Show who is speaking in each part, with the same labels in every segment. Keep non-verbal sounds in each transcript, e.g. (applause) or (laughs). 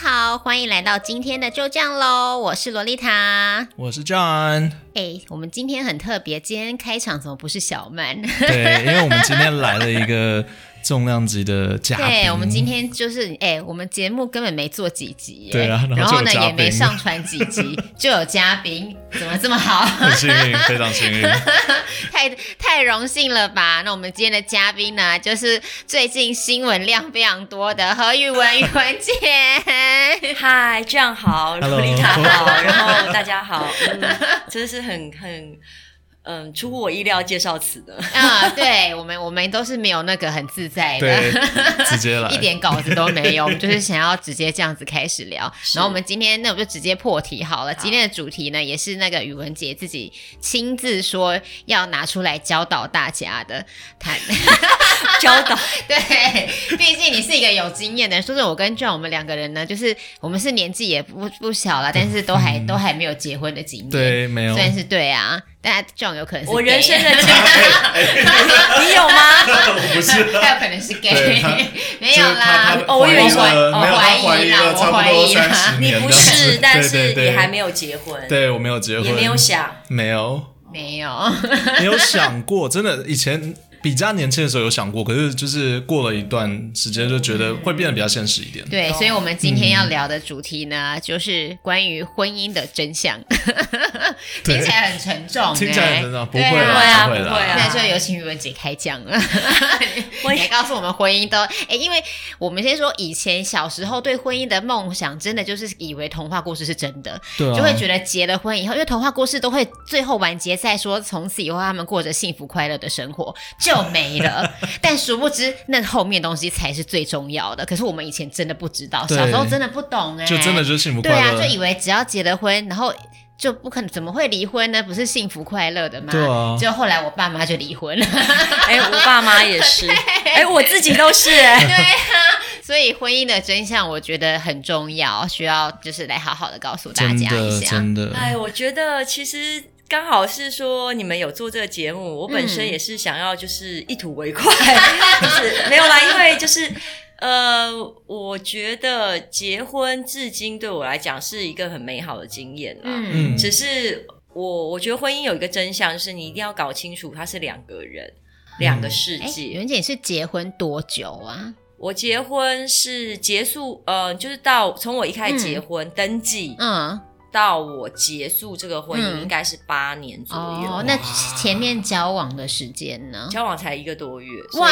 Speaker 1: 好，欢迎来到今天的就酱喽，我是洛丽塔。
Speaker 2: 我是 John，
Speaker 1: (laughs) 哎，我们今天很特别，今天开场怎么不是小曼？
Speaker 2: 对，因为我们今天来了一个重量级的嘉宾，
Speaker 1: 对，我们今天就是哎，我们节目根本没做几集耶，
Speaker 2: 对啊
Speaker 1: 然
Speaker 2: 然
Speaker 1: 后
Speaker 2: 后就有
Speaker 1: 呢
Speaker 2: 嘉宾
Speaker 1: 也没上传几
Speaker 2: (laughs)
Speaker 1: 集，就有嘉宾，怎么这么好？
Speaker 2: 很幸运，非常
Speaker 1: (laughs)
Speaker 2: 幸运，
Speaker 1: 太太荣幸了吧？那我们今天的嘉宾呢，就是最近新闻量非常多的何宇文宇文姐。
Speaker 2: (laughs)
Speaker 3: 嗨，这样好，
Speaker 2: Hello
Speaker 3: 洛丽塔好，然后大家好，嗯，真的是很很嗯出乎我意料介绍词的，
Speaker 1: 啊、对我们我们都是没有那个很自在的。
Speaker 2: 对，直接来，
Speaker 1: 一点稿子都没有，我们就是想要直接这样子开始
Speaker 4: (laughs)
Speaker 1: 聊。
Speaker 3: 是
Speaker 1: 然后我们今天那我们就直接破题好了。今天的主题呢，也是那个宇文姐自己亲自说要拿出来教导大家的。
Speaker 4: (laughs)
Speaker 1: 谈
Speaker 3: 教导
Speaker 1: 对，毕竟你是一个有经验的人。说真的，我跟 John 我们两个人呢，就是我们是年纪也不不小
Speaker 4: (laughs)
Speaker 1: 了，但是都还、
Speaker 4: 嗯
Speaker 1: 都还没有结婚的经验。，
Speaker 2: 对，没有
Speaker 1: 虽，然是对啊，但 John 有可能是
Speaker 3: 我人
Speaker 1: gay
Speaker 3: 生的经
Speaker 2: (laughs)
Speaker 3: 历，你有吗？
Speaker 4: 我不是，
Speaker 1: 啊
Speaker 3: (laughs)
Speaker 1: 他有可能是
Speaker 4: 对
Speaker 1: gay，
Speaker 4: 他
Speaker 1: (laughs) 没有
Speaker 4: 就
Speaker 1: 啦
Speaker 4: 是他他。
Speaker 3: 哦我以为
Speaker 4: 怀疑
Speaker 3: 是
Speaker 4: 了
Speaker 1: 哦
Speaker 4: 没有，他
Speaker 1: 怀
Speaker 4: 怀
Speaker 1: 疑
Speaker 4: 疑
Speaker 1: 啦
Speaker 4: 了
Speaker 1: 我
Speaker 4: 差不
Speaker 1: 怀
Speaker 4: 多
Speaker 1: 疑啦
Speaker 4: 三十
Speaker 3: 你
Speaker 4: 年
Speaker 3: 不
Speaker 4: 这样子
Speaker 3: 是，但是
Speaker 2: 对对对
Speaker 3: 也还没有结婚，
Speaker 2: 对我没有结婚，
Speaker 3: 也没有，
Speaker 2: (laughs)
Speaker 3: 想，
Speaker 2: 没有，
Speaker 1: 没有，
Speaker 2: 没有想过，真的以前。比较年轻的时候有想过，可是就是过了一段时间，就觉得会变得比较现实一点。
Speaker 1: (laughs) 对，所以我们今天
Speaker 2: 嗯
Speaker 1: 要聊的主题呢，就是关于婚姻的真
Speaker 2: (laughs)
Speaker 1: 相。听起来很沉重，
Speaker 2: 听起来很正常，不会
Speaker 1: 欸对啊
Speaker 2: 啦，
Speaker 3: 不会啊
Speaker 2: 啦
Speaker 3: 不会啊
Speaker 1: 那就有请宇文姐开讲 (laughs) 了，
Speaker 3: 我
Speaker 1: 来告诉我们婚姻都哎、因为我们先说以前小时候对婚姻的梦想，真的就是以为童话故事是真的，
Speaker 2: 对啊，
Speaker 1: 就会觉得结了婚以后，因为童话故事都会最后完结在说从此以后他们过着幸福快乐的生活就没
Speaker 2: (laughs)
Speaker 1: 了。但殊不知那后面东西才是最重要的。可是我们以前真的不知道，
Speaker 2: 对
Speaker 1: 小时候真的不懂哎、
Speaker 2: 就真的就是幸福
Speaker 1: 对
Speaker 2: 快
Speaker 1: 啊，
Speaker 2: 乐，
Speaker 1: 就以为只要结了婚，然后。就不可能怎么会离婚呢？不是幸福快乐的吗？
Speaker 2: 对啊
Speaker 1: 就后来我爸妈就离婚了，
Speaker 3: 哎，我爸妈也是，哎，我自己都是，哎，
Speaker 2: 啊
Speaker 1: (laughs) 所以婚姻的真相我觉得很重要，需要就是来好好的告诉大
Speaker 2: 真
Speaker 1: 家
Speaker 2: 的
Speaker 1: 一下。
Speaker 2: 真的，
Speaker 3: 哎，我觉得其实。刚好是说你们有做这个节目，我本身
Speaker 1: 嗯
Speaker 3: 也是想要就是一吐为快， (laughs) 就是没有啦，因为就是呃，我觉得结婚至今对我来讲是一个很美好的经验啦。
Speaker 1: 嗯
Speaker 2: 嗯，
Speaker 3: 只是我我觉得婚姻有一个真相，就是你一定要搞清楚它是两个人、两个世
Speaker 1: 哎，
Speaker 3: 界。
Speaker 1: 宇文姐你是结婚多久啊？
Speaker 3: 我结婚是结束，呃，就是到从我一开始结婚、登记
Speaker 1: 嗯，
Speaker 3: 到我结束这个婚姻，
Speaker 1: 嗯
Speaker 3: 应该是八年左右。
Speaker 1: 哦，那
Speaker 2: 哇
Speaker 1: 前面交往的时间呢？
Speaker 3: 交往才一个多月，所以
Speaker 1: 哇，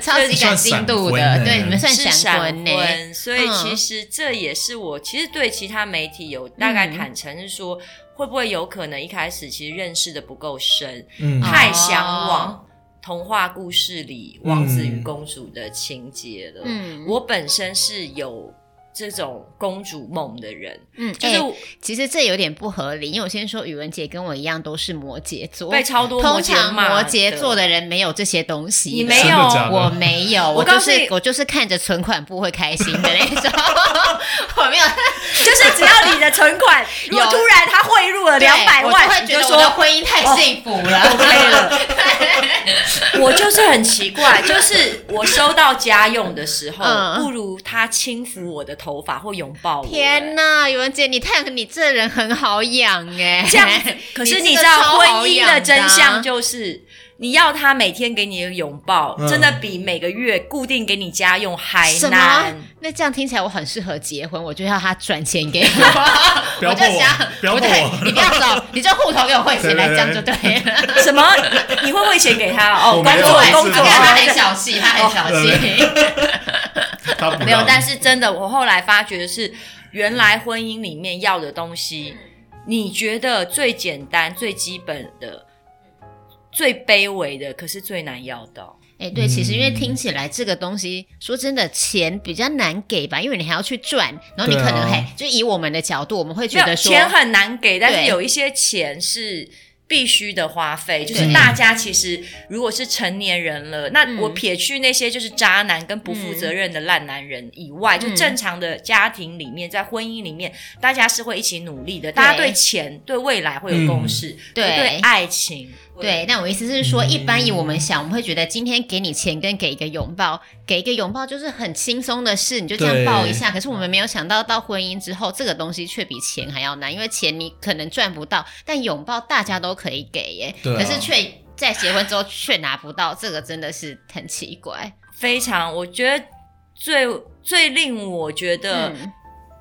Speaker 3: (laughs)
Speaker 1: 超级感进度的，
Speaker 2: 算闪婚
Speaker 1: 对，
Speaker 2: 呢
Speaker 1: 你们算
Speaker 3: 是
Speaker 1: 闪
Speaker 3: 闪
Speaker 1: 婚呢？
Speaker 3: 婚，所以
Speaker 1: 嗯
Speaker 3: 其实这也是我其实对其他媒体有大
Speaker 1: 嗯
Speaker 3: 概坦诚是说，会不会有可能一开始其实认识的不够深，
Speaker 2: 嗯
Speaker 1: 哦
Speaker 3: 太向往童话故事里王子与公主的情节了。
Speaker 1: 嗯，
Speaker 3: 我本身是有这种公主梦的人，
Speaker 1: 嗯，
Speaker 3: 就
Speaker 1: 哎
Speaker 3: 是
Speaker 1: 其实这有点不合理，因为我先说宇文姐跟我一样都是摩羯座，
Speaker 3: 被超多
Speaker 1: 通
Speaker 3: 摩羯
Speaker 1: 常
Speaker 3: 骂
Speaker 1: 摩羯座
Speaker 3: 的，
Speaker 1: 的人没有这些东西的，
Speaker 3: 你没
Speaker 2: 真
Speaker 3: 有
Speaker 2: 的假的
Speaker 1: 我没有，我
Speaker 3: 我
Speaker 1: 就
Speaker 3: 告诉
Speaker 1: 是
Speaker 3: 你
Speaker 1: 我就是看着存款部会开心的那
Speaker 3: (laughs)
Speaker 1: 种，我没有
Speaker 3: 就是只要你的存款如
Speaker 1: (laughs)
Speaker 3: 果
Speaker 1: 有
Speaker 3: 突然他汇入了呃两百
Speaker 1: 对我就
Speaker 3: 万，
Speaker 1: 会
Speaker 3: 你
Speaker 1: 觉
Speaker 3: 就
Speaker 1: 得我的
Speaker 3: 说。哦
Speaker 1: 婚姻太幸福了。
Speaker 3: OK
Speaker 1: (laughs)
Speaker 3: 了，我就是很奇怪，就是我收到家用的时候，
Speaker 1: 嗯
Speaker 3: 不如他轻抚我的头发或拥抱我。
Speaker 1: 天呐，宇文姐，你太你这人很好养哎、。
Speaker 3: 这样子可是你
Speaker 1: 这个
Speaker 3: 知道，
Speaker 1: 超
Speaker 3: 婚
Speaker 1: 好
Speaker 3: 姻
Speaker 1: 养
Speaker 3: 的真
Speaker 1: 啊
Speaker 3: 相就是，你要他每天给你的拥抱，
Speaker 2: 嗯
Speaker 3: 真的比每个月固定给你家用还
Speaker 1: (laughs) 什么
Speaker 3: 难。？
Speaker 1: 那这样听起来我很适合结婚，我就要他转钱
Speaker 3: (laughs)
Speaker 1: 给我，
Speaker 2: 不要
Speaker 1: 我就
Speaker 2: 碰我
Speaker 1: 想，
Speaker 2: 不要
Speaker 1: 就
Speaker 2: 碰我
Speaker 1: 你不要
Speaker 2: (laughs)
Speaker 1: 找，你就户头给我汇钱来，这
Speaker 2: 对
Speaker 1: 样
Speaker 2: 对
Speaker 1: 就
Speaker 2: 对
Speaker 1: 对
Speaker 2: (laughs)
Speaker 1: 了。
Speaker 3: 什么？你你会不会写给他？哦，
Speaker 2: 我
Speaker 3: 工
Speaker 2: 没有
Speaker 3: 作
Speaker 2: 我
Speaker 3: 工
Speaker 2: 是
Speaker 3: 作
Speaker 1: 我看 (laughs) 他很
Speaker 3: 对
Speaker 1: 小
Speaker 2: (laughs)
Speaker 1: 气，他很小
Speaker 2: 对
Speaker 1: 气。
Speaker 2: 他不
Speaker 3: 没有
Speaker 2: 让，
Speaker 3: 但是真的，我后来发觉的是，原来婚姻里面要的东西，你觉得最简单、最基本的、最卑微的，可是最难要到。
Speaker 1: (laughs) 哎，对，其实因为
Speaker 2: 嗯
Speaker 1: 听起来这个东西，说真的，钱比较难给吧，因为你还要去赚，然后你
Speaker 2: 对啊
Speaker 1: 可能还就以我们的角度，我们会
Speaker 3: 没
Speaker 1: 觉
Speaker 3: 有
Speaker 1: 得说，
Speaker 3: 钱很难给，但
Speaker 1: 对
Speaker 3: 是有一些钱是必须的花费，就是
Speaker 1: 对
Speaker 3: 大家其实如果是成年人了，那
Speaker 1: 嗯
Speaker 3: 我撇去那些就是渣男跟不负责任的烂男人以
Speaker 1: 嗯
Speaker 3: 外，就正常的家庭里面，在婚姻里面，大家是会一起努力的，大家对钱、对未来会有共识，
Speaker 1: 嗯对
Speaker 3: 可是对爱情，
Speaker 1: 对，但我意思是
Speaker 2: 嗯
Speaker 1: 说，一般以我们想，我们会觉得今天给你钱跟给一个拥抱，给一个拥抱就是很轻松的事，你就这样抱一下。可是我们没有想到，到婚姻之后，这个东西却比钱还要难，因为钱你可能赚不到，但拥抱大家都可以给耶，
Speaker 2: 对啊
Speaker 1: 可是却在结婚之后却拿不到，这个真的是很奇怪。
Speaker 3: 非常，我觉得最最令我觉得、
Speaker 1: 嗯，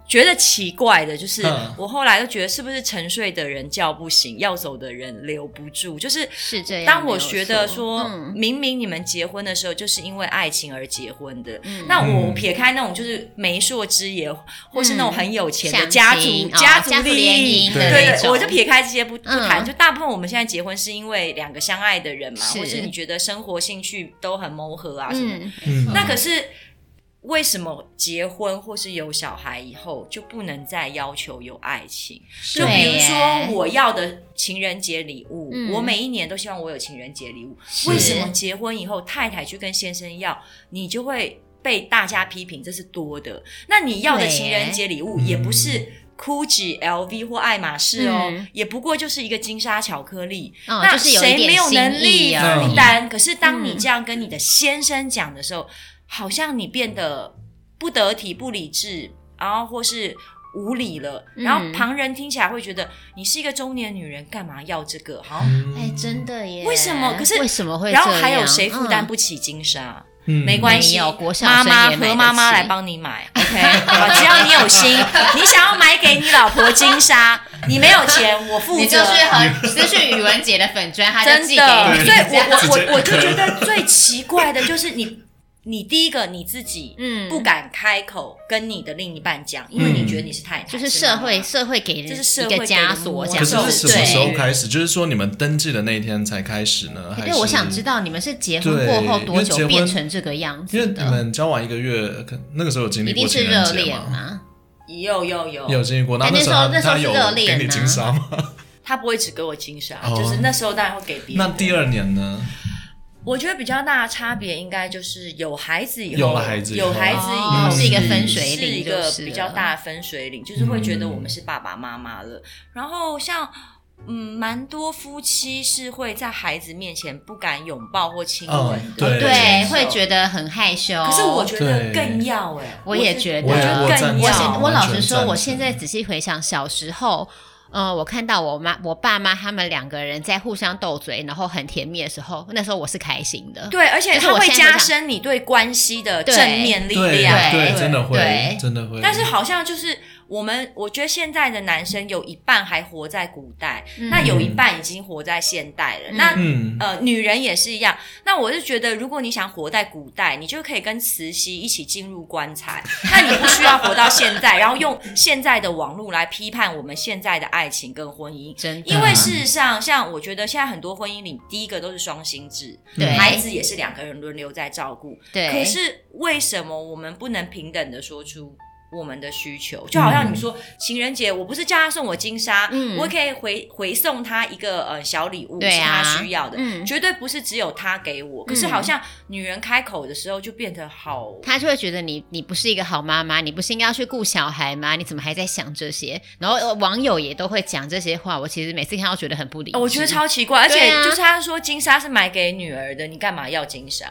Speaker 3: 觉得奇怪的，就是
Speaker 2: 嗯
Speaker 3: 我后来就觉得，是不是沉睡的人叫不醒，要走的人留不住？就是
Speaker 1: 是这样
Speaker 3: 当
Speaker 1: 啊没
Speaker 3: 我
Speaker 1: 有
Speaker 3: 觉得
Speaker 1: 错
Speaker 3: 说，
Speaker 1: 嗯
Speaker 3: 明明你们结婚的时候就是因为爱情而结婚的，
Speaker 1: 嗯
Speaker 3: 那我
Speaker 2: 嗯
Speaker 3: 撇开那种就是媒妁之言，或是那种很有钱的
Speaker 1: 相
Speaker 3: 家族、
Speaker 1: 亲哦
Speaker 3: 家
Speaker 1: 家族
Speaker 3: 族利
Speaker 1: 联
Speaker 3: 益，
Speaker 1: 姻
Speaker 2: 的
Speaker 3: 对
Speaker 1: 那
Speaker 3: 对，
Speaker 1: 种
Speaker 3: 我就撇开这些不不
Speaker 1: 嗯
Speaker 3: 谈，就大部分我们现在结婚是因为两个相爱的人嘛，
Speaker 1: 是
Speaker 3: 或是你觉得生活兴趣都很谋合啊什么的
Speaker 1: 嗯，
Speaker 2: 嗯，
Speaker 3: 那可是为什么结婚或是有小孩以后就不能再要求有爱情？就比如
Speaker 1: 对耶
Speaker 3: 说我要的情人节礼物，
Speaker 1: 嗯
Speaker 3: 我每一年都希望我有情人节礼物，
Speaker 2: 是
Speaker 3: 为什么结婚以后太太去跟先生要，你就会被大家批评这是多的？那你要的
Speaker 1: 对耶
Speaker 3: 情人节礼物也不是。GUCCI、LV 或爱马仕哦，
Speaker 1: 嗯
Speaker 3: 也不过就是一个金沙巧克力，
Speaker 1: 哦
Speaker 3: 那
Speaker 1: 就是有一
Speaker 3: 谁
Speaker 1: 点
Speaker 3: 没有
Speaker 1: 心
Speaker 3: 能力
Speaker 1: 意啊而
Speaker 2: 已
Speaker 3: 负担？可是当你
Speaker 1: 嗯
Speaker 3: 这样跟你的先生讲的时候，好像你变得不得体、不理智，然后或是无理了，
Speaker 1: 嗯
Speaker 3: 然后旁人听起来会觉得你是一个中年女人，干嘛要这个？好。
Speaker 2: 嗯
Speaker 1: 哎、真的耶！
Speaker 3: 为什么可是
Speaker 1: 为什么会这
Speaker 3: 然
Speaker 1: 样？
Speaker 3: 后还有谁负担
Speaker 1: 嗯
Speaker 3: 不起金沙？
Speaker 2: 嗯
Speaker 3: 没关系
Speaker 1: 没有国，小
Speaker 3: 妈
Speaker 1: 生
Speaker 3: 妈
Speaker 1: 也买
Speaker 3: 和
Speaker 1: 得
Speaker 3: 妈妈
Speaker 1: 起
Speaker 3: 来帮你买，OK？好吧只要你有心，你想要买给你老婆金沙，你没有钱，我负责。
Speaker 1: 你就去和私讯宇文姐的粉砖，她就
Speaker 3: 真
Speaker 1: 寄给你。
Speaker 3: 的，所
Speaker 2: 对
Speaker 1: (laughs)
Speaker 2: 直接
Speaker 3: 以我我我我就觉得最奇怪的就是你，你第一个你自己
Speaker 1: 嗯
Speaker 3: 不敢开口跟你的另一半讲，因为
Speaker 2: 嗯
Speaker 3: 你觉得你是太太，
Speaker 1: 就是
Speaker 3: 是妈
Speaker 1: 社
Speaker 3: 妈
Speaker 1: 会社会给人
Speaker 3: 这是社
Speaker 1: 一
Speaker 3: 会
Speaker 1: 个枷
Speaker 3: 给人
Speaker 1: 锁，
Speaker 3: 的
Speaker 1: 这样
Speaker 2: 可是
Speaker 1: 子
Speaker 3: 魔
Speaker 2: 是
Speaker 3: 咒
Speaker 2: 什么时候
Speaker 1: 对。
Speaker 2: 开始？就是说你们登记的那一天才开始呢？还
Speaker 1: 对，
Speaker 2: 是
Speaker 1: 我想知道你们是结婚
Speaker 2: 对
Speaker 1: 过后多
Speaker 2: 因为结
Speaker 1: 久
Speaker 2: 婚
Speaker 1: 变成这个样
Speaker 2: 因为
Speaker 1: 子
Speaker 2: 你
Speaker 1: 的？
Speaker 2: 们交往一个月，可那个时候有经历
Speaker 1: 一
Speaker 2: 过
Speaker 1: 定是
Speaker 2: 情人
Speaker 1: 热
Speaker 2: 节
Speaker 1: 恋
Speaker 2: 吗？
Speaker 1: 嘛？
Speaker 3: 有有有
Speaker 2: 你有经历过？那
Speaker 1: 哎
Speaker 2: 那
Speaker 1: 那
Speaker 2: 时
Speaker 1: 时
Speaker 2: 候
Speaker 1: 候
Speaker 2: 他他
Speaker 1: 那时
Speaker 2: 有
Speaker 1: 候是热恋啊
Speaker 2: 给你金沙
Speaker 3: (laughs)
Speaker 2: 吗？
Speaker 3: 他不会只给我金沙，
Speaker 2: 哦
Speaker 3: 就是那时候当然会给别
Speaker 2: 那
Speaker 3: 人。
Speaker 2: 第二年呢？
Speaker 3: 我觉得比较大的差别应该就是有孩子以后，
Speaker 2: 有了孩子以后嗯
Speaker 3: 有孩子以
Speaker 1: 哦
Speaker 3: 后
Speaker 1: 是一个分水
Speaker 3: 是
Speaker 1: 岭
Speaker 3: 一
Speaker 1: 就是了
Speaker 3: 个比较大的分水岭，就是会觉得我们是爸爸妈妈
Speaker 1: 嗯
Speaker 3: 了。然后像嗯，蛮多夫妻是会在孩子面前不敢拥抱或亲吻
Speaker 2: 嗯
Speaker 3: 的，
Speaker 2: 对
Speaker 1: 哦对，会觉得很害羞。
Speaker 3: 可是我觉得
Speaker 2: 对
Speaker 3: 更要哎、
Speaker 1: 我也觉得啊
Speaker 3: 我
Speaker 2: 我
Speaker 3: 觉得
Speaker 2: 也赞
Speaker 3: 更
Speaker 1: 我
Speaker 2: 成
Speaker 1: 现
Speaker 3: 要。
Speaker 1: 我
Speaker 2: 完
Speaker 1: 老
Speaker 2: 全
Speaker 1: 实说，
Speaker 2: 赞
Speaker 1: 我
Speaker 2: 成
Speaker 1: 现在仔细回想小时候，呃，我看到我妈、我爸妈他们两个人在互相斗嘴，然后很甜蜜的时候，那时候我是开心的。
Speaker 3: 对，而且
Speaker 1: 就是
Speaker 3: 它
Speaker 1: 我
Speaker 3: 会
Speaker 1: 现在
Speaker 3: 加
Speaker 1: 想
Speaker 3: 深你对关系的
Speaker 1: 对
Speaker 3: 正面力量，
Speaker 1: 对
Speaker 2: 对，真的会
Speaker 1: 对，
Speaker 2: 真的会。
Speaker 3: 但是好像就是我们，我觉得现在的男生有一半还活在古代，
Speaker 1: 嗯
Speaker 3: 那有一半已经活在现代了。
Speaker 1: 嗯
Speaker 3: 那
Speaker 2: 嗯，
Speaker 3: 呃，女人也是一样。那我是觉得，如果你想活在古代，你就可以跟慈禧一起进入
Speaker 1: (laughs)
Speaker 3: 棺材。那你不需要活到现在，然后用现在的网络来批判我们现在的爱情跟婚姻。
Speaker 1: 真的，
Speaker 3: 因为事实上，像我觉得现在很多婚姻里，第一个都是双薪制，
Speaker 1: 对
Speaker 3: 孩子也是两个人轮流在照顾。
Speaker 1: 对，
Speaker 3: 可是为什么我们不能平等的说出我们的需求？就好像你说、情人节，我不是叫他送我金沙，
Speaker 1: 嗯
Speaker 3: 我也可以回回送他一个呃小礼物，
Speaker 1: 对
Speaker 3: 是
Speaker 1: 啊
Speaker 3: 他需要的。
Speaker 1: 嗯
Speaker 3: 绝对不是只有他给我，可是
Speaker 1: 嗯
Speaker 3: 好像女人开口的时候就变得好，
Speaker 1: 他就会觉得你你不是一个好妈妈，你不是应该要去顾小孩吗？你怎么还在想这些？然后呃网友也都会讲这些话，我其实每次看到觉得很不理智。
Speaker 3: 哦我觉得超奇怪，而
Speaker 1: 对
Speaker 3: 且
Speaker 1: 啊
Speaker 3: 就是他说金沙是买给女儿的，你干嘛要金沙？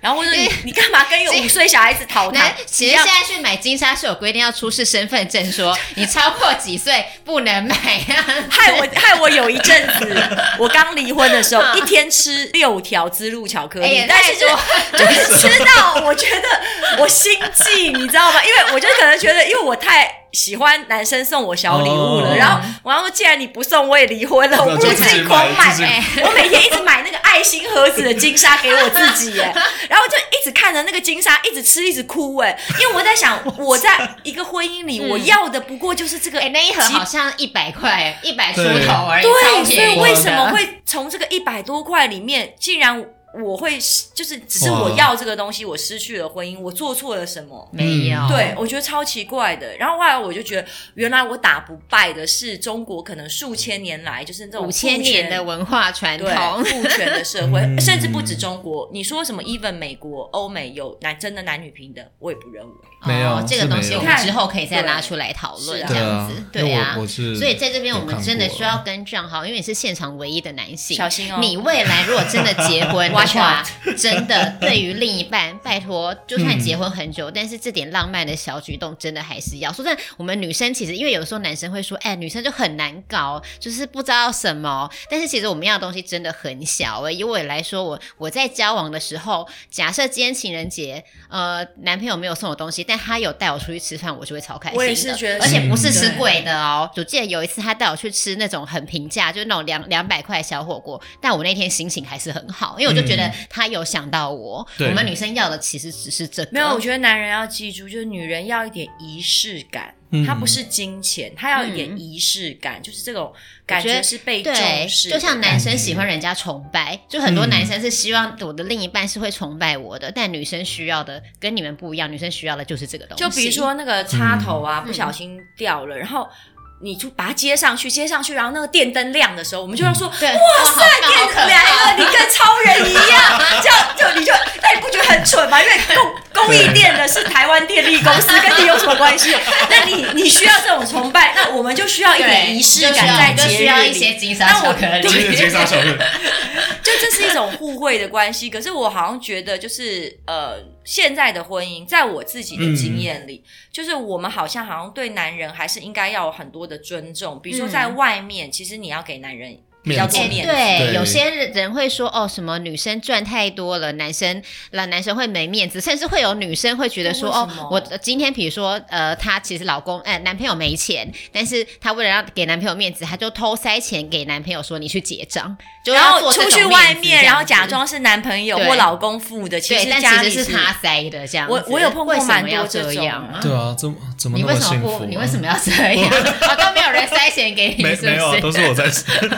Speaker 3: 然后我说你你干嘛跟一个五岁小孩
Speaker 1: (laughs)
Speaker 3: 子讨
Speaker 1: 那
Speaker 3: 糖？
Speaker 1: 其实现在去买金沙是有规定要出示身份证说，你超过几岁不能买啊。
Speaker 3: (laughs) 害我害我有一阵子，我刚离婚的时候，一天吃六条滋露巧克
Speaker 1: 嗯哎
Speaker 3: 力
Speaker 1: 呀，，
Speaker 3: 但
Speaker 1: 太
Speaker 3: 是就
Speaker 1: 多
Speaker 3: 就是吃到我觉得我心悸，你知道吗？因为我就可能觉得，因为我太喜欢男生送我小礼物了，
Speaker 2: 哦
Speaker 3: 然后我要说，既然你不送，我也离婚了，我不如
Speaker 2: 就
Speaker 3: 自己
Speaker 2: 己
Speaker 3: 狂买
Speaker 2: 买，自己
Speaker 1: 哎
Speaker 3: 我每天一直买那个爱心盒子的金沙给我自己耶，然后就一直看着那个金沙，一直吃，一直哭哎，因为我在想，我在一个婚姻里，我要的不过就是这个
Speaker 1: 嗯哎、那一盒
Speaker 3: 几
Speaker 1: 好像一百块，一百出
Speaker 2: 对
Speaker 1: 哎头而已，超
Speaker 3: 对，所
Speaker 1: 便宜
Speaker 3: 以
Speaker 1: 的
Speaker 3: 为什么会从这个一百多块里面，竟然我会失就是只是
Speaker 2: 哇
Speaker 3: 我要这个东西，我失去了婚姻，我做错了什么？
Speaker 1: 没
Speaker 2: 嗯
Speaker 1: 有，
Speaker 3: 对，我觉得超奇怪的。然后后来我就觉得，原来我打不败的是中国可能数千年来就是这种
Speaker 1: 五千
Speaker 3: 父权
Speaker 1: 年的文化传
Speaker 3: 对
Speaker 1: 统
Speaker 3: 父权的社会，
Speaker 2: 嗯
Speaker 3: 甚至不止中国。你说什么？even 美国、欧美有男真的男女平等，我也不认为。
Speaker 2: 没有
Speaker 1: 哦这个东
Speaker 2: 是
Speaker 1: 西
Speaker 2: 没有
Speaker 1: 我们之后可以再拉出来讨论，
Speaker 3: 对
Speaker 1: 这
Speaker 2: 对
Speaker 1: 样
Speaker 2: 啊
Speaker 1: 子，，
Speaker 2: 因
Speaker 1: 对
Speaker 2: 为
Speaker 1: 啊
Speaker 2: 我。我是，
Speaker 1: 所以在这边，我们真的需
Speaker 2: (laughs)
Speaker 1: 要
Speaker 2: 有
Speaker 1: 跟正豪，因为你是现场唯一的男性，
Speaker 3: 小心哦
Speaker 1: 你未来如果真的结婚的
Speaker 3: (laughs) Watch
Speaker 1: 话
Speaker 3: out，
Speaker 1: 真的对于另一半，拜托， (laughs) 就算结婚很久，但是这点浪漫的小举动真的还是要。说真的，我们女生其实因为有时候男生会说，哎，女生就很难搞，就是不知道什么。但是其实我们要的东西真的很小、欸。以我来说，我我在交往的时候，假设今天情人节，呃，男朋友没有送我东西，但他有带我出去吃饭，我就会超开心的。
Speaker 3: 我也是觉得
Speaker 1: 而且不是
Speaker 3: 是
Speaker 1: 吃贵的哦。我记得有一次他带我去吃那种很平价，就是那种两两百块小火锅，但我那天心情还是很好，因为我就觉得
Speaker 2: 嗯
Speaker 1: 他有想到我。
Speaker 2: 对
Speaker 1: 我们女生要的其实只是这个，
Speaker 3: 没有，我觉得男人要记住，就是女人要一点仪式感，
Speaker 2: 嗯
Speaker 3: 她不是金钱，她要一点
Speaker 1: 嗯
Speaker 3: 仪式感，就是这种感
Speaker 1: 我觉
Speaker 3: 觉
Speaker 1: 得
Speaker 3: 是被重
Speaker 1: 对，
Speaker 3: 视的，
Speaker 1: 就像男生喜欢人家崇拜，就很多
Speaker 2: 嗯
Speaker 1: 男生是希望我的另一半是会崇拜我的，但女生需要的跟你们不一样，女生需要的就是这个东西。嗯
Speaker 3: 就比如说那个插头啊，不小心掉了，然后。你就把它接上去，接上去，然后那个电灯亮的时候，我们就要说：“
Speaker 1: 嗯对
Speaker 3: 哇
Speaker 1: 哇好
Speaker 3: 塞， (laughs)
Speaker 1: 棒好
Speaker 3: 电
Speaker 1: 可怕
Speaker 3: 灯来了，你跟超人一样。”这样就你就，那你不觉得很蠢吗？因为公公益电的是台湾电力公司，跟你有什么关 (laughs) 系？那你你需要这种崇拜，那我们就需要一
Speaker 1: 对
Speaker 3: 点仪式感在
Speaker 1: 就需
Speaker 3: 节
Speaker 1: 要
Speaker 3: 日
Speaker 1: 一些
Speaker 3: 里。
Speaker 1: 金沙巧克
Speaker 3: 那
Speaker 1: 力，
Speaker 3: 我
Speaker 2: 这个结扎小队，
Speaker 3: 就这是一种互惠的关系。可是我好像觉得，就是呃，现在的婚姻，在我自己的经验里，就是我们好像好像对男人还是应该要有很多的尊重。比如说在外面，其实你要给男人比较多
Speaker 1: 哎，
Speaker 3: 嗯面子。
Speaker 1: 对，
Speaker 2: 对
Speaker 1: 有些人会说哦，什么女生赚太多了，男生让男生会没面子，甚至会有女生会觉得说
Speaker 3: 为什
Speaker 1: 哦
Speaker 3: 么，
Speaker 1: 我今天比如说呃，她其实老公哎、男朋友没钱，但是她为了让给男朋友面子，她就偷塞钱给男朋友说你去结账，就
Speaker 3: 然
Speaker 1: 要
Speaker 3: 后
Speaker 1: 做这
Speaker 3: 出
Speaker 1: 种
Speaker 3: 去外
Speaker 1: 面子这样
Speaker 3: 面，
Speaker 1: 子
Speaker 3: 然后假装是男朋友
Speaker 1: 对
Speaker 3: 或老公付的，其
Speaker 1: 对，
Speaker 3: 实
Speaker 1: 但
Speaker 3: 家
Speaker 1: 其
Speaker 3: 里
Speaker 1: 实是
Speaker 3: (laughs)
Speaker 1: 她塞的这样子。
Speaker 3: 我我有碰过
Speaker 1: 为什么
Speaker 3: 蛮多
Speaker 1: 要
Speaker 3: 这
Speaker 1: 这
Speaker 3: 种
Speaker 1: 样啊
Speaker 2: 对啊，怎么怎么
Speaker 1: 你
Speaker 2: 那
Speaker 1: 为
Speaker 2: 么
Speaker 1: 什
Speaker 2: 幸
Speaker 1: 么
Speaker 2: 福啊
Speaker 1: 不？？你为什么要这样？ (laughs) 哦，都没有人塞钱给你，
Speaker 2: (laughs) 没
Speaker 1: 是不
Speaker 2: 没有啊，
Speaker 1: 是？
Speaker 2: 都是我在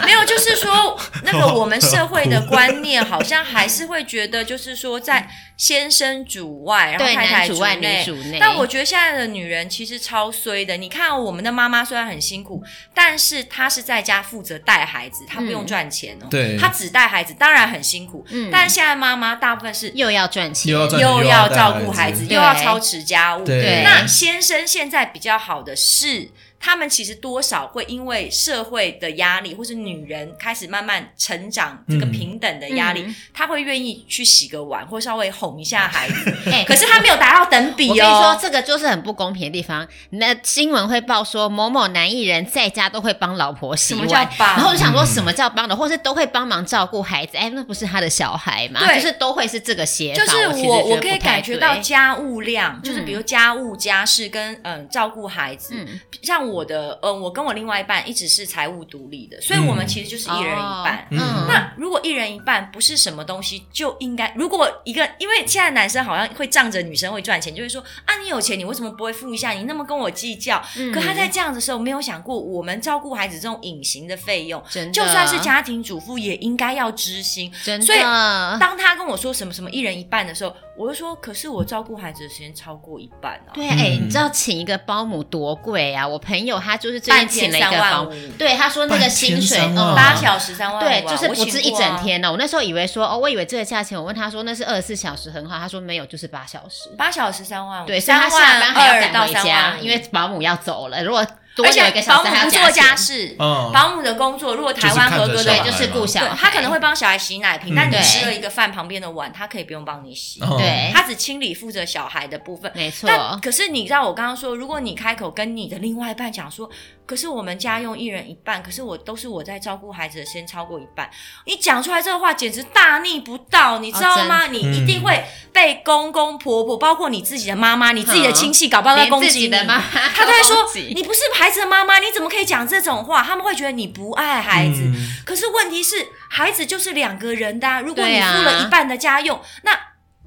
Speaker 3: 没有，就是说那个我们社会的观念，好像还是会觉得，就是说在先生主外，然后
Speaker 1: 对，
Speaker 3: 太太
Speaker 1: 男
Speaker 3: 主
Speaker 1: 主
Speaker 3: 内
Speaker 1: 外女主内。
Speaker 3: 但我觉得现在的女人其实超衰的。你看我们的妈妈虽然很辛苦，但是她是在家负责带孩子，她不用赚钱哦。
Speaker 2: 对
Speaker 3: 她只带孩子，当然很辛苦。
Speaker 1: 嗯
Speaker 3: 但现在妈妈大部分是
Speaker 1: 又要赚钱，
Speaker 2: (laughs) 又要赚钱
Speaker 3: 又要照顾
Speaker 2: 带
Speaker 3: 孩
Speaker 2: 孩
Speaker 3: 子，
Speaker 2: 子
Speaker 3: 又要操持家务。
Speaker 1: 对
Speaker 2: 对，
Speaker 3: 那先生现在比较好的是。他们其实多少会因为社会的压力，或是女人开始慢慢成长这个
Speaker 2: 嗯
Speaker 3: 平等的压力，
Speaker 1: 嗯
Speaker 3: 她会愿意去洗个碗，或稍微哄一下孩
Speaker 1: (laughs)
Speaker 3: 子。
Speaker 1: 哎
Speaker 3: 可是她没有达到等比哦。
Speaker 1: 我跟你说，这个就是很不公平的地方。那新闻会报说某某男艺人在家都会帮老婆洗
Speaker 3: 什么叫
Speaker 1: 碗，
Speaker 3: 帮
Speaker 1: 然后我就想说什么叫帮的，或是都会帮忙照顾孩子。哎，那不是他的小孩吗？
Speaker 3: 对
Speaker 1: 就是都会是这个协
Speaker 3: 就
Speaker 1: 防。
Speaker 3: 是
Speaker 1: 其实
Speaker 3: 我，
Speaker 1: 觉得
Speaker 3: 我可以
Speaker 1: 不太
Speaker 3: 感觉到
Speaker 1: 对
Speaker 3: 家务量，就是比如家务、家事跟嗯照顾孩子，
Speaker 1: 嗯
Speaker 3: 像我的嗯，我跟我另外一半一直是财务独立的，所以我们
Speaker 2: 嗯
Speaker 3: 其实就是一人一半。
Speaker 1: 哦嗯
Speaker 3: 那如果一人一半不是什么东西，就应该如果一个，因为现在男生好像会仗着女生会赚钱，就会说啊，你有钱，你为什么不会付一下？你那么跟我计较。
Speaker 1: 嗯
Speaker 3: 可他在这样的时候，没有想过我们照顾孩子这种隐形的费用，
Speaker 1: 真的
Speaker 3: 就算是家庭主妇也应该要知心。
Speaker 1: 真
Speaker 3: 所以
Speaker 1: 的。
Speaker 3: 当他跟我说什么什么一人一半的时候，我就说，可是我照顾孩子的时间超过一半啊。
Speaker 1: 对，哎、
Speaker 2: 嗯
Speaker 1: 你知道请一个保姆多贵啊？我朋友他就是最
Speaker 3: 半
Speaker 1: 近
Speaker 3: 天
Speaker 1: 请了一个
Speaker 3: 三万
Speaker 1: 保姆
Speaker 3: 五，
Speaker 1: 对，他说那个
Speaker 2: 半天
Speaker 1: 薪水
Speaker 2: 三万
Speaker 1: 哦
Speaker 2: 五
Speaker 3: 八小时三万五啊、
Speaker 1: 对，就是不
Speaker 3: 我请
Speaker 1: 是一
Speaker 3: 过啊
Speaker 1: 整。天呢、我那时候以为说，哦，我以为这个价钱，我问他说那是二十四小时很好，他说没有，就是八小时。
Speaker 3: 八小时三万五，
Speaker 1: 对，所以
Speaker 3: 三
Speaker 1: 他
Speaker 3: 万
Speaker 1: 下班还要
Speaker 3: 二
Speaker 1: 赶
Speaker 3: 到
Speaker 1: 回
Speaker 3: 三
Speaker 1: 家，
Speaker 3: 万五，
Speaker 1: 因为保姆要走了。如果多
Speaker 3: 而
Speaker 1: 留
Speaker 3: 且
Speaker 1: 一个小
Speaker 3: 保
Speaker 1: 时，
Speaker 3: 姆
Speaker 1: 还要
Speaker 3: 不做
Speaker 1: 加
Speaker 3: 家
Speaker 1: 钱。
Speaker 3: 事，
Speaker 2: 嗯
Speaker 3: 保姆的工作如果台湾合格
Speaker 2: 就是看
Speaker 1: 对，
Speaker 2: 着小孩
Speaker 3: 的，
Speaker 1: 就是顾小
Speaker 3: 对
Speaker 1: 孩，
Speaker 3: 他可能会帮小孩洗奶瓶，
Speaker 2: 嗯
Speaker 3: 但你
Speaker 1: 对
Speaker 3: 吃了一个饭，旁边的碗他可以不用帮你洗，
Speaker 2: 哦
Speaker 1: 对
Speaker 3: 他只清理负责小孩的部分。
Speaker 1: 没错。
Speaker 3: 但可是你知道我刚刚说，如果你开口跟你的另外一半讲说，可是我们家用一人一半，可是我都是我在照顾孩子的时间超过一半，哎你讲出来这个话简直大逆不道，你知道
Speaker 2: 哦
Speaker 3: 吗？你一定会被公公婆婆，包括你自己的妈妈、你自己的亲戚，搞不好在
Speaker 1: 连
Speaker 3: 攻
Speaker 1: 自
Speaker 3: 击
Speaker 1: 己
Speaker 3: 你。
Speaker 1: 的妈妈，
Speaker 3: 他
Speaker 1: 他
Speaker 3: 都会说：“你不是孩子的妈妈，你怎么可以讲这种话？”他们会觉得你不爱孩子。
Speaker 2: 嗯
Speaker 3: 可是问题是，孩子就是两个人的、啊，如果
Speaker 1: 对
Speaker 3: 你
Speaker 1: 啊
Speaker 3: 付了一半的家用，那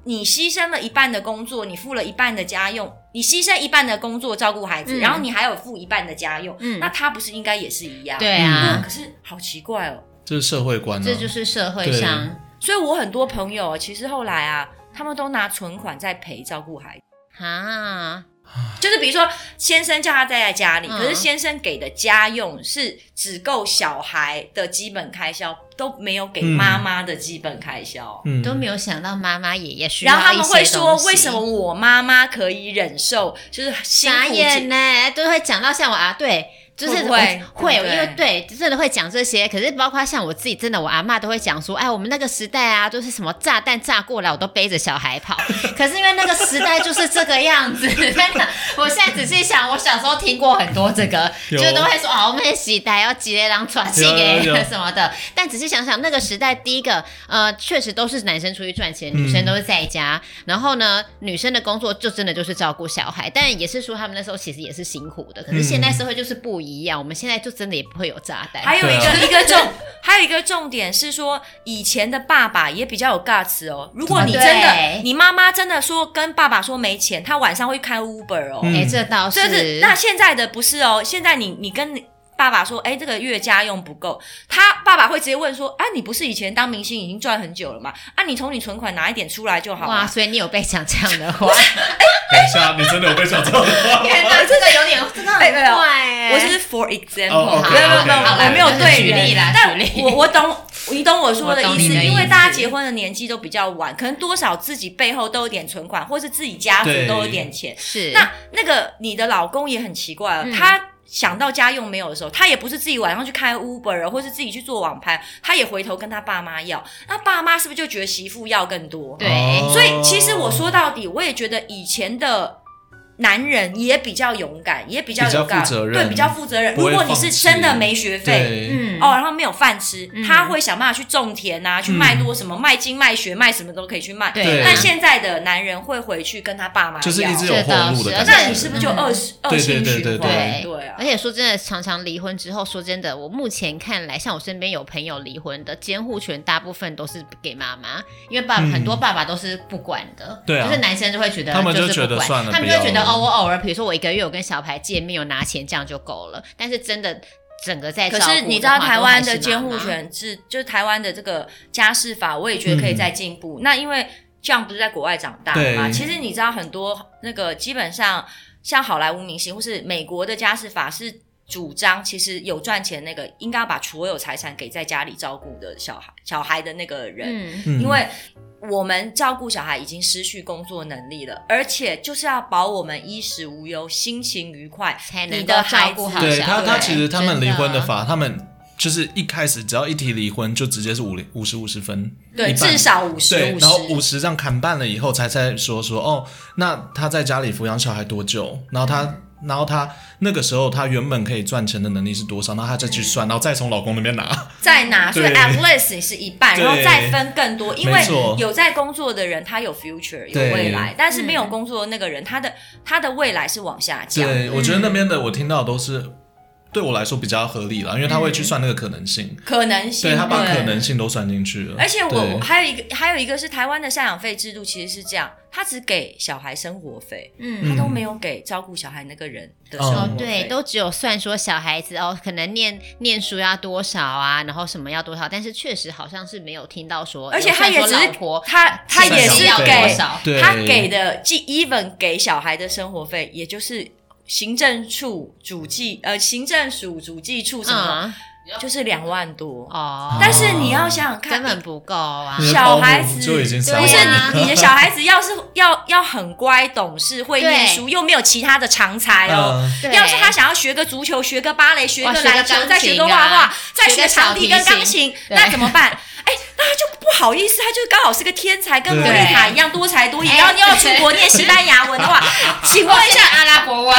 Speaker 3: 你牺牲了一半的工作，你付了一半的家用，你牺牲一半的工作照顾孩子，
Speaker 1: 嗯
Speaker 3: 然后你还有付一半的家用，
Speaker 1: 嗯
Speaker 3: 那他不是应该也是一样？
Speaker 1: 对啊
Speaker 3: 嗯，可是好奇怪哦。
Speaker 2: 这是社会观啊，
Speaker 1: 这就是社会
Speaker 2: 对
Speaker 1: 上。
Speaker 3: 所以我很多朋友啊其实后来啊，他们都拿存款在陪照顾孩子。
Speaker 1: 啊，
Speaker 3: 就是比如说，先生叫他待在家里，
Speaker 1: 嗯
Speaker 3: 可是先生给的家用是只够小孩的基本开销，都没有给妈妈的基本开销。
Speaker 2: 嗯，
Speaker 1: 都没有想到妈妈也也需要
Speaker 3: 然后他们
Speaker 1: 一些
Speaker 3: 会说
Speaker 1: 东，西
Speaker 3: 为什么我妈妈可以忍受，就是辛
Speaker 1: 傻
Speaker 3: 苦
Speaker 1: 眼呢、都会讲到像我啊，对。就是
Speaker 3: 会不会
Speaker 1: 我会，
Speaker 3: 对不对
Speaker 1: 因为对，真的会讲这些。可是包括像我自己，真的我阿嬷都会讲说，哎，我们那个时代啊，都是什么炸弹炸过来，我都背着小孩跑。可是因为那个时代就是这个样子， (laughs) 真的。我现在仔细想，我小时候听过很多这个，
Speaker 2: 有
Speaker 1: 就都会说哦，我们时代要几个人抓起给
Speaker 2: 有有有
Speaker 1: (laughs) 什么的。但仔细想想，那个时代，第一个呃，确实都是男生出去赚钱，
Speaker 2: 嗯
Speaker 1: 女生都是在家。然后呢，女生的工作就真的就是照顾小孩，但也是说他们那时候其实也是辛苦的。可是现代社会就是不一样，我们现在就真的也不会有炸弹。哎
Speaker 3: 还有一个、
Speaker 2: 对啊
Speaker 3: 一个重，还有一个重点是说，以前的爸爸也比较有 guts 哦。如果你
Speaker 1: 啊对
Speaker 3: 真的，你妈妈真的说跟爸爸说没钱，他晚上会开 Uber 哦。
Speaker 2: 嗯
Speaker 1: 哎、这倒
Speaker 3: 这是
Speaker 1: 是。
Speaker 3: 那现在的不是哦，现在你你跟你爸爸说，哎，这个月家用不够，他爸爸会直接问说，啊，你不是以前当明星已经赚很久了吗？啊，你从你存款拿一点出来就好
Speaker 1: 哇，
Speaker 3: 了。
Speaker 1: 所以你有被讲这样的话，
Speaker 2: 等一下，你真的有被讲到吗？
Speaker 1: (laughs) 天哪，这个有点真的很
Speaker 3: 哎没有
Speaker 1: 怪哎、
Speaker 3: 我只是 for example，、
Speaker 2: 哦，OK，
Speaker 3: 没有没有没有，
Speaker 2: 好
Speaker 3: 我没有对
Speaker 1: 举例啦
Speaker 3: 但
Speaker 1: 举例
Speaker 3: 我我懂，你懂我说的
Speaker 1: 我懂你
Speaker 3: 意思，
Speaker 1: 的意思
Speaker 3: 因为大家结婚的年纪都比较晚，可能多少自己背后都有点存款，或是自己家族
Speaker 2: 对
Speaker 3: 都有点钱。
Speaker 1: 是
Speaker 3: 那那个你的老公也很奇怪、哦，
Speaker 1: 嗯
Speaker 3: 他。想到家用没有的时候，他也不是自己晚上去开 Uber 啊或是自己去做网拍，他也回头跟他爸妈要。那爸妈是不是就觉得媳妇要更多？
Speaker 1: 对
Speaker 2: 哦
Speaker 3: 所以其实我说到底，我也觉得以前的男人也比较勇敢，也比较有
Speaker 2: 比较
Speaker 3: 干，
Speaker 2: 负责任
Speaker 3: 对，比较负责任。
Speaker 2: 不
Speaker 3: 如
Speaker 2: 会
Speaker 3: 果你是真的没学费。
Speaker 2: 对，嗯
Speaker 1: 嗯
Speaker 3: 哦，然后没有饭吃，
Speaker 1: 嗯
Speaker 3: 他会想办法去种田啊，去卖多什么，卖金卖学，卖什么都可以去卖。
Speaker 1: 对
Speaker 3: 但现在的男人会回去跟他爸妈要，
Speaker 2: 对就是一直有
Speaker 1: 这
Speaker 2: 后
Speaker 1: 倒
Speaker 2: 路
Speaker 1: 是
Speaker 2: 的感觉。
Speaker 3: 那你是不是就
Speaker 1: 嗯
Speaker 3: 恶性恶
Speaker 2: 对
Speaker 3: 性
Speaker 2: 对对
Speaker 3: 循环？
Speaker 1: 对
Speaker 3: 对啊
Speaker 1: 而，且说真的，常常离婚之后，说真的，我目前看来，像我身边有朋友离婚的，监护权大部分都是给妈妈，因为爸、
Speaker 2: 嗯
Speaker 1: 很多爸爸都是不管的，
Speaker 2: 对啊
Speaker 1: 就是男生就会觉得
Speaker 2: 他们
Speaker 1: 就
Speaker 2: 就是觉
Speaker 1: 不
Speaker 2: 得
Speaker 1: 管
Speaker 2: 算了
Speaker 1: 他们
Speaker 2: 不
Speaker 1: 就
Speaker 2: 要
Speaker 1: 觉得
Speaker 2: 了
Speaker 1: 哦，我偶尔，比如说我一个月我跟小牌见面，有拿钱这样就够了，但是真的整个在
Speaker 3: 可
Speaker 1: 照
Speaker 3: 是
Speaker 1: 顾
Speaker 3: 你知
Speaker 1: 的
Speaker 3: 道
Speaker 1: 话
Speaker 3: 台
Speaker 1: 都
Speaker 3: 湾
Speaker 1: 还
Speaker 3: 的
Speaker 1: 是
Speaker 3: 监
Speaker 1: 妈
Speaker 3: 护
Speaker 1: 妈
Speaker 3: 权制，就是台湾的这个家事法，我也觉得可以再进步。那因为这样不是在国外长大的嘛，
Speaker 2: 嗯对
Speaker 3: 其实你知道很多那个基本上像好莱坞明星或是美国的家事法是。主张其实有赚钱那个，应该要把所有财产给在家里照顾的小孩小孩的那个人，
Speaker 1: 嗯，
Speaker 2: 嗯
Speaker 3: 因为我们照顾小孩已经失去工作能力了，而且就是要保我们衣食无忧、心情愉快，
Speaker 1: 才能
Speaker 3: 你
Speaker 1: 够照
Speaker 3: 的孩
Speaker 1: 顾
Speaker 3: 子
Speaker 1: 好
Speaker 2: 对
Speaker 1: 小
Speaker 2: 他，他
Speaker 1: 对
Speaker 2: 其实他们
Speaker 1: 真的
Speaker 2: 离婚的法，他们就是一开始只要一提离婚，就直接是五零五十五十分，
Speaker 3: 对，
Speaker 2: 一半
Speaker 3: 至少五十
Speaker 2: 对
Speaker 3: 五，十，
Speaker 2: 然后五十这样砍半了以后，才才说说哦，那他在家里抚养小孩多久？然后他，
Speaker 3: 嗯
Speaker 2: 然后他那个时候他原本可以赚钱的能力是多少？然后他再去算，然后再从老公那边
Speaker 3: (laughs)
Speaker 2: 拿。
Speaker 3: 再拿，所以
Speaker 2: 对
Speaker 3: at least 你是一半，
Speaker 2: 对
Speaker 3: 然后再分更多，因为
Speaker 2: 没错
Speaker 3: 有在工作的人，他有 future 有
Speaker 2: 对嗯
Speaker 3: 未来，但是没有工作的那个人，他的他的未来是往下降。
Speaker 2: 对，我觉
Speaker 3: 嗯
Speaker 2: 得那边的我听到都是对我来说比较合理了，因为他会去算那个可能性，
Speaker 3: 可能性，
Speaker 2: 对他把
Speaker 3: 嗯对
Speaker 2: 可能性都算进去了。
Speaker 3: 而且我
Speaker 2: 对
Speaker 3: 我还有一个还有一个是台湾的赡养费制度其实是这样，他只给小孩生活费，
Speaker 1: 嗯
Speaker 3: 他
Speaker 2: 嗯
Speaker 3: 都没有给照顾小孩那个人的生
Speaker 1: 哦
Speaker 3: 活
Speaker 2: 嗯，
Speaker 1: 对，
Speaker 3: 费。
Speaker 1: 都只有算说小孩子哦，可能念念书要多少啊，然后什么要多少，但是确实好像是没有听到说，
Speaker 3: 而且
Speaker 1: 有
Speaker 3: 他
Speaker 1: 算
Speaker 3: 也
Speaker 1: 说
Speaker 3: 只是
Speaker 1: 老婆，
Speaker 3: 他他
Speaker 1: 钱
Speaker 3: 也是
Speaker 1: 要多
Speaker 3: 给
Speaker 1: 少，
Speaker 2: 对
Speaker 3: 他给的，即 even 给小孩的生活费，也就是行政处主计呃行政署主计处什么，
Speaker 1: 嗯
Speaker 3: 就是两万多。
Speaker 1: 哦，
Speaker 3: 但是你要想想看，
Speaker 1: 根本不够啊
Speaker 2: 你，的
Speaker 3: 小
Speaker 2: 保姆
Speaker 3: 孩子
Speaker 2: 就已经
Speaker 1: 对
Speaker 2: 三
Speaker 3: 不
Speaker 2: 万
Speaker 3: 是
Speaker 1: 啊
Speaker 2: 了。
Speaker 3: 你你的小孩子要是要要很乖懂事会念书，又没有其他的常才哦。
Speaker 2: 嗯
Speaker 1: 对
Speaker 3: 要是他想要学个足球、学个芭蕾、哦学
Speaker 1: 哇
Speaker 3: 个
Speaker 1: 学个
Speaker 3: 篮球，
Speaker 1: 钢
Speaker 3: 再学
Speaker 1: 琴
Speaker 3: 个画
Speaker 1: 啊
Speaker 3: 画，再
Speaker 1: 学个
Speaker 3: 学长
Speaker 1: 小
Speaker 3: 笛
Speaker 1: 提
Speaker 3: 跟钢
Speaker 1: 琴
Speaker 3: 琴，
Speaker 1: 对
Speaker 3: 那怎么 (laughs) 办？哎，那他就不好意思，他就刚好是个天才，跟
Speaker 2: 对
Speaker 3: 莫妮卡一样多才多艺。
Speaker 1: 哎
Speaker 3: 然后你要出国念西班牙文 (laughs) 的话，请问一下，
Speaker 1: 阿拉伯文，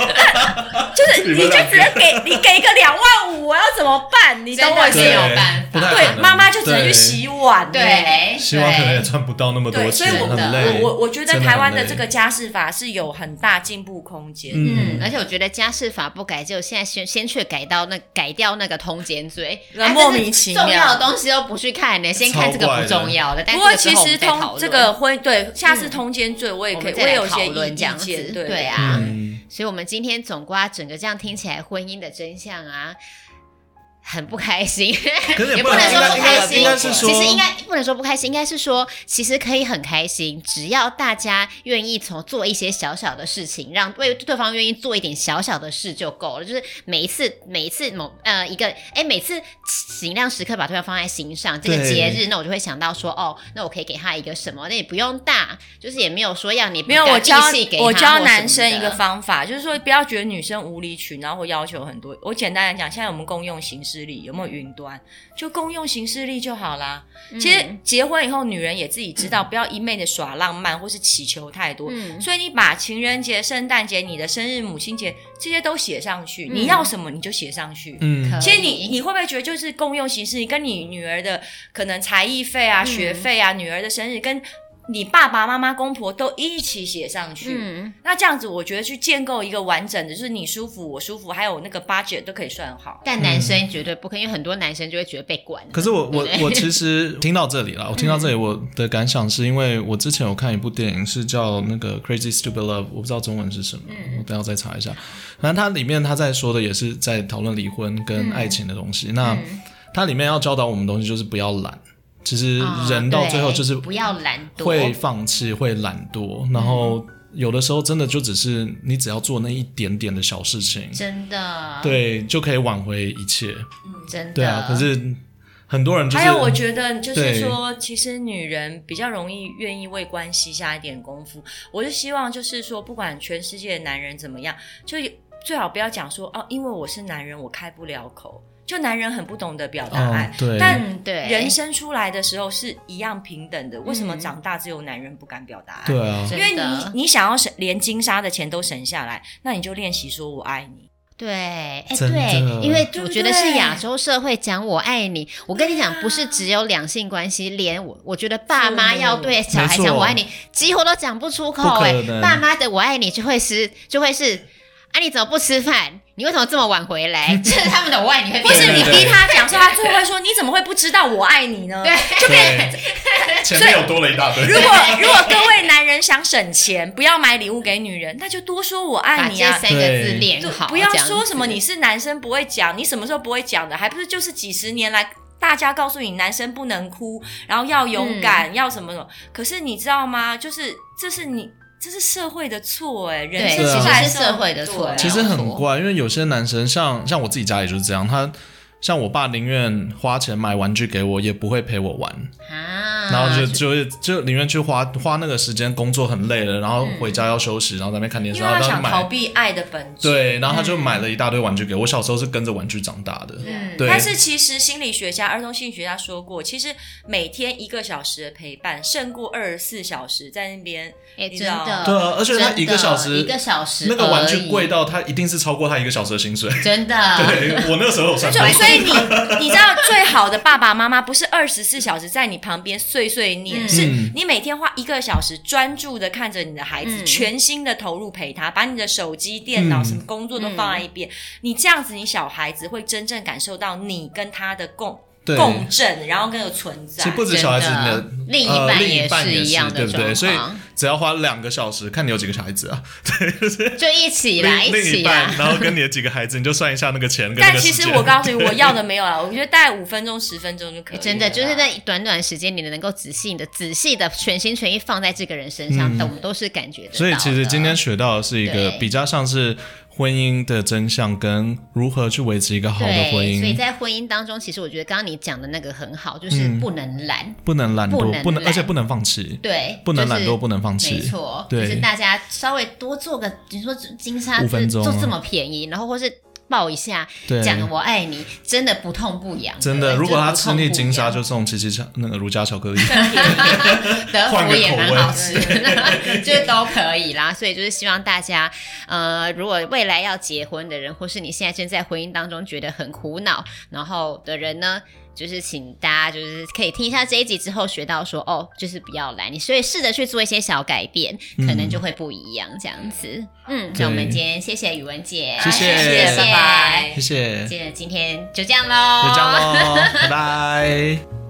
Speaker 3: 就是
Speaker 2: 你
Speaker 3: 你
Speaker 2: 们
Speaker 3: 就
Speaker 2: 两个
Speaker 3: 只能给 (laughs) 你给个两万五，我要怎么办？你懂我意思
Speaker 1: 真的
Speaker 2: 对
Speaker 1: 没有
Speaker 3: 吗？
Speaker 1: 办法
Speaker 2: 不太可
Speaker 3: 对，
Speaker 2: 能
Speaker 3: 妈妈就只能去
Speaker 2: 对
Speaker 3: 洗碗。
Speaker 1: 对，
Speaker 2: 希望可能也
Speaker 1: 对
Speaker 2: 赚不到那么多
Speaker 3: 对，所以
Speaker 2: 钱，
Speaker 3: 我
Speaker 1: 真的
Speaker 2: 很累。
Speaker 3: 我我我觉得
Speaker 2: 真的
Speaker 3: 台湾
Speaker 2: 很
Speaker 3: 的
Speaker 2: 累
Speaker 3: 这个家事法是有很大进步空间。
Speaker 1: 嗯，而且我觉得家事法不改，就现在先先去改到那改掉那个通奸罪，
Speaker 3: 那
Speaker 1: 哎
Speaker 3: 莫
Speaker 1: 真是
Speaker 3: 名其
Speaker 1: 重
Speaker 3: 妙
Speaker 1: 要的东西都不去看呢，先看这个
Speaker 2: 超怪
Speaker 1: 不
Speaker 2: 的
Speaker 1: 重要的，但
Speaker 3: 不过
Speaker 1: 这
Speaker 3: 其
Speaker 1: 个之后我
Speaker 3: 实
Speaker 1: 们再讨论
Speaker 3: 通
Speaker 1: 嗯
Speaker 3: 这个婚对下次通奸罪，我也
Speaker 1: 我
Speaker 3: 可以，
Speaker 1: 们
Speaker 3: 我
Speaker 1: 再来
Speaker 3: 也有一
Speaker 1: 讨
Speaker 3: 些意
Speaker 1: 论这
Speaker 3: 意
Speaker 1: 样子
Speaker 3: 见，
Speaker 1: 对
Speaker 3: 对
Speaker 1: 啊
Speaker 2: 嗯，
Speaker 1: 所以，我们今天总瓜整个这样听起来，婚姻的真相啊，很不开心， (laughs)
Speaker 2: 可是也
Speaker 1: 也
Speaker 2: 不
Speaker 1: 不能
Speaker 2: 应
Speaker 1: 说
Speaker 2: 该
Speaker 1: 不
Speaker 2: 应
Speaker 1: 开
Speaker 2: 该
Speaker 1: 心
Speaker 2: 应该是说，
Speaker 1: 其实应该不能说不开心，应该是说其实可以很开心，只要大家愿意从做一些小小的事情，让为对方愿意做一点小小的事就够了。就是每一次每一次某呃一个哎每次尽量时刻把对方放在心上。这个
Speaker 2: 对
Speaker 1: 节日，那我就会想到说哦，那我可以给他一个什么？那也不用大，就是也没有说要你不
Speaker 3: 没有，
Speaker 1: 敢
Speaker 3: 我教
Speaker 1: 硬性给
Speaker 3: 我
Speaker 1: 他
Speaker 3: 教
Speaker 1: 或
Speaker 3: 男
Speaker 1: 什么
Speaker 3: 生
Speaker 1: 的
Speaker 3: 一个方法，就是说不要觉得女生无理取闹或要求很多。我简单来讲，现在我们共用行事历有没有云端？就共用行事历就好啦。
Speaker 1: 嗯
Speaker 3: 其实结婚以后，女人也自己知道，不要一昧的耍浪漫或是祈求太多。
Speaker 1: 嗯
Speaker 3: 所以你把情人节、圣诞节、你的生日、母亲节这些都写上去，
Speaker 1: 嗯
Speaker 3: 你要什么你就写上去。
Speaker 2: 嗯
Speaker 1: 可
Speaker 3: 其实
Speaker 1: 以
Speaker 3: 你你会不会觉得就是共用形式，你跟你女儿的可能才艺费啊、
Speaker 1: 嗯
Speaker 3: 学费啊、女儿的生日，跟你爸爸妈妈、公婆都一起写上去。
Speaker 1: 嗯
Speaker 3: 那这样子，我觉得去建构一个完整的，就是你舒服我舒服，还有那个 budget 都可以算好。
Speaker 1: 但男生绝对不可以，因为很多男生就会觉得被管。
Speaker 2: 嗯可是我我
Speaker 1: 对
Speaker 2: 我其实听到这里了，我听到这里
Speaker 1: 嗯
Speaker 2: 我的感想是因为我之前有看一部电影是叫那个《Crazy Stupid Love》，我不知道中文是什么，
Speaker 1: 嗯
Speaker 2: 我等一下再查一下。反正它里面他在说的也是在讨论离婚
Speaker 1: 嗯
Speaker 2: 跟爱情的东西。那它里面要教导我们的东西就是不要懒，其实
Speaker 1: 啊
Speaker 2: 人到最后
Speaker 1: 对
Speaker 2: 就是
Speaker 1: 不要懒惰，嗯
Speaker 2: 会放弃，会懒惰，然后有的时候真的就只是你只要做那一点点的小事情，
Speaker 1: 真
Speaker 3: 啊
Speaker 1: 的，
Speaker 2: 对，就可以挽回一切。
Speaker 1: 真的。
Speaker 2: 对啊，可是很多人就是
Speaker 3: 还有，我觉得就
Speaker 2: 对
Speaker 3: 是说，其实女人比较容易愿意为关系下一点功夫。我就希望，就是说，不管全世界的男人怎么样，就最好不要讲说哦，因为我是男人，我开不了口。就男人很不懂得表达爱
Speaker 2: 嗯，，对，
Speaker 3: 但
Speaker 1: 嗯对，
Speaker 3: 人生出来的时候是一样平等的，为什么
Speaker 1: 嗯
Speaker 3: 长大只有男人不敢表达爱？
Speaker 2: 对啊，
Speaker 1: 真
Speaker 3: 因
Speaker 1: 的
Speaker 3: 为你你想要省连金沙的钱都省下来，那你就练习说我爱你。
Speaker 1: 对，哎
Speaker 2: 真的
Speaker 1: 对，因为
Speaker 3: 对
Speaker 1: 我
Speaker 3: 不
Speaker 1: 觉得是
Speaker 3: 对啊
Speaker 1: 亚洲社会讲我爱你，我跟你讲，不是只有两性关系，连我我觉得爸妈
Speaker 3: 父母
Speaker 1: 要对小孩
Speaker 2: 没错
Speaker 1: 讲我爱你，几乎都讲不出口
Speaker 2: 不可
Speaker 1: 哎、
Speaker 2: 能
Speaker 1: 爸妈的我爱你就会是就会是，啊你怎么不吃饭？你为什么这么晚回
Speaker 2: (laughs)
Speaker 1: 来？这是他们的我爱你会
Speaker 3: 不
Speaker 1: 变
Speaker 3: 是
Speaker 1: 成
Speaker 3: 你
Speaker 2: 对对
Speaker 3: 逼他讲，是他最后会说你怎么会不知道我爱你呢？
Speaker 1: 对
Speaker 2: 对， (laughs) 前面有多了一大堆
Speaker 3: 如果如果各位男人想省钱，不要买礼物给女人，那就多说我
Speaker 1: 把
Speaker 3: 爱你
Speaker 1: 这
Speaker 3: 啊。
Speaker 1: 三个字
Speaker 2: 对
Speaker 1: 练
Speaker 3: 就
Speaker 1: 哎好，
Speaker 3: 不要
Speaker 1: 这样
Speaker 3: 说什么
Speaker 1: 子
Speaker 3: 你是男生不会讲，你什么时候不会讲的？还不是就是几十年来大家告诉你男生不能哭，然后要
Speaker 1: 嗯
Speaker 3: 勇敢，要什么什么。可是你知道吗？就是这是你这是社会的错哎、人
Speaker 1: 对
Speaker 3: 生
Speaker 2: 其实
Speaker 3: 出来
Speaker 1: 是
Speaker 3: 时候
Speaker 1: 社会的错
Speaker 3: 对
Speaker 2: 其实很
Speaker 1: 没有错
Speaker 2: 怪，因为有些男生像像我自己家里就是这样，他像我爸宁愿花钱买玩具给我，也不会陪我玩，
Speaker 3: 嗯
Speaker 1: 啊，
Speaker 2: 然后就就就宁愿去花花那个时间工作很累了，然后回家要休息，然后在那边看电视，
Speaker 3: 嗯因
Speaker 2: 然
Speaker 3: 为他
Speaker 2: 后在那
Speaker 3: 想逃
Speaker 2: 买。
Speaker 3: 避爱的本质。
Speaker 2: 对，嗯然后他就买了一大堆玩具给我。我小时候是跟着玩具长大的，
Speaker 1: 嗯
Speaker 2: 对
Speaker 3: 但是其实心理学家、儿童心理学家说过，其实每天一个小时的陪伴胜过二十四小时在那边。
Speaker 1: 哎真
Speaker 3: 你知道
Speaker 1: 的，
Speaker 2: 对啊，而且他
Speaker 1: 真
Speaker 2: 一个
Speaker 1: 的
Speaker 2: 小时，
Speaker 1: 一个小时
Speaker 2: 那个玩
Speaker 1: 而
Speaker 2: 具
Speaker 1: 已
Speaker 2: 贵到他一定是超过他一个小时的薪水。
Speaker 1: 真的，
Speaker 2: (laughs) 对
Speaker 1: (laughs)
Speaker 2: 我那个时候有算
Speaker 3: 就
Speaker 2: 过，
Speaker 3: 所以你你知道最好的爸爸妈妈不是二十四小时在你旁边碎碎念，
Speaker 1: 嗯
Speaker 3: 是
Speaker 2: 嗯
Speaker 3: 你每天花一个小时专注的看着你的孩子，
Speaker 1: 嗯
Speaker 3: 全心的投入陪他，把你的手机、电脑、
Speaker 2: 嗯
Speaker 3: 什么工作都放在一边。你这样子，你小孩子会真正感受到你跟他的共
Speaker 2: 对
Speaker 3: 共振，然后跟有存在
Speaker 2: 其实。不止小孩子，你的
Speaker 1: 真的另一
Speaker 2: 呃
Speaker 1: 半
Speaker 2: 另
Speaker 1: 也
Speaker 2: 一半
Speaker 1: 是
Speaker 2: 也
Speaker 1: 一样的
Speaker 2: 对不对？
Speaker 1: 状况
Speaker 2: 所以只要花两个小时，看你有几个小孩子啊，
Speaker 1: 就一起啦，
Speaker 2: 另
Speaker 1: 一
Speaker 2: 另
Speaker 1: 起啊
Speaker 2: 一啊半，
Speaker 1: 啦。
Speaker 2: 然后跟你的几个孩子，你就算一下那个钱跟那
Speaker 3: 但
Speaker 2: 个
Speaker 3: 其
Speaker 2: 时
Speaker 3: 实
Speaker 2: 间。
Speaker 3: 我告诉你，我要的没有啦，我觉得大概五分钟、十分钟就可以了啦。
Speaker 1: 哎真的就是在短短时间，你能够仔细的、仔细的、全心全意放在这个人身上，我们都是感觉得到的。
Speaker 2: 嗯所以其实今天学到的是一个
Speaker 1: 对
Speaker 2: 比较像是婚姻的真相跟如何去维持一个好的
Speaker 1: 对，
Speaker 2: 婚
Speaker 1: 所以
Speaker 2: 姻，
Speaker 1: 在婚姻当中，其实我觉得刚刚你讲的那个很好，就是
Speaker 2: 嗯
Speaker 1: 不能懒，
Speaker 2: 不能懒
Speaker 1: 不
Speaker 2: 惰，
Speaker 1: 能
Speaker 2: 不能，
Speaker 1: 懒
Speaker 2: 而且不能放弃，
Speaker 1: 对，
Speaker 2: 不能懒
Speaker 1: 就
Speaker 2: 惰，
Speaker 1: 是
Speaker 2: 不能放弃，
Speaker 1: 没错，就
Speaker 2: 对
Speaker 1: 是大家稍微多做个，你说金沙
Speaker 2: 五分钟啊
Speaker 1: 就这么便宜，然后或是抱一下，
Speaker 2: 对。
Speaker 1: 讲我爱你，真的不痛不痒的。
Speaker 2: 真的，
Speaker 1: 就
Speaker 2: 如果他吃腻
Speaker 1: 不痛不
Speaker 2: 金沙，
Speaker 1: 痒
Speaker 2: 就送琪琪巧那个乳加巧克力。
Speaker 1: 德
Speaker 2: 换
Speaker 1: 芙
Speaker 2: 个
Speaker 1: 也蛮
Speaker 2: 口味
Speaker 1: 好吃，
Speaker 2: (laughs)
Speaker 1: 就是都可以啦。所以就是希望大家，呃，如果未来要结婚的人，或是你现在正在婚姻当中觉得很苦恼，然后的人呢，就是请大家就是可以听一下这一集之后学到说，哦，就是不要来，你所以试着去做一些小改变，可能就会不一样这样子。嗯，那我们
Speaker 2: 对
Speaker 1: 今天谢谢宇文姐，啊
Speaker 2: 谢谢
Speaker 1: 谢谢，
Speaker 3: 拜拜
Speaker 2: 谢谢，
Speaker 1: 今天就这样喽，
Speaker 2: 就这样喽，拜拜。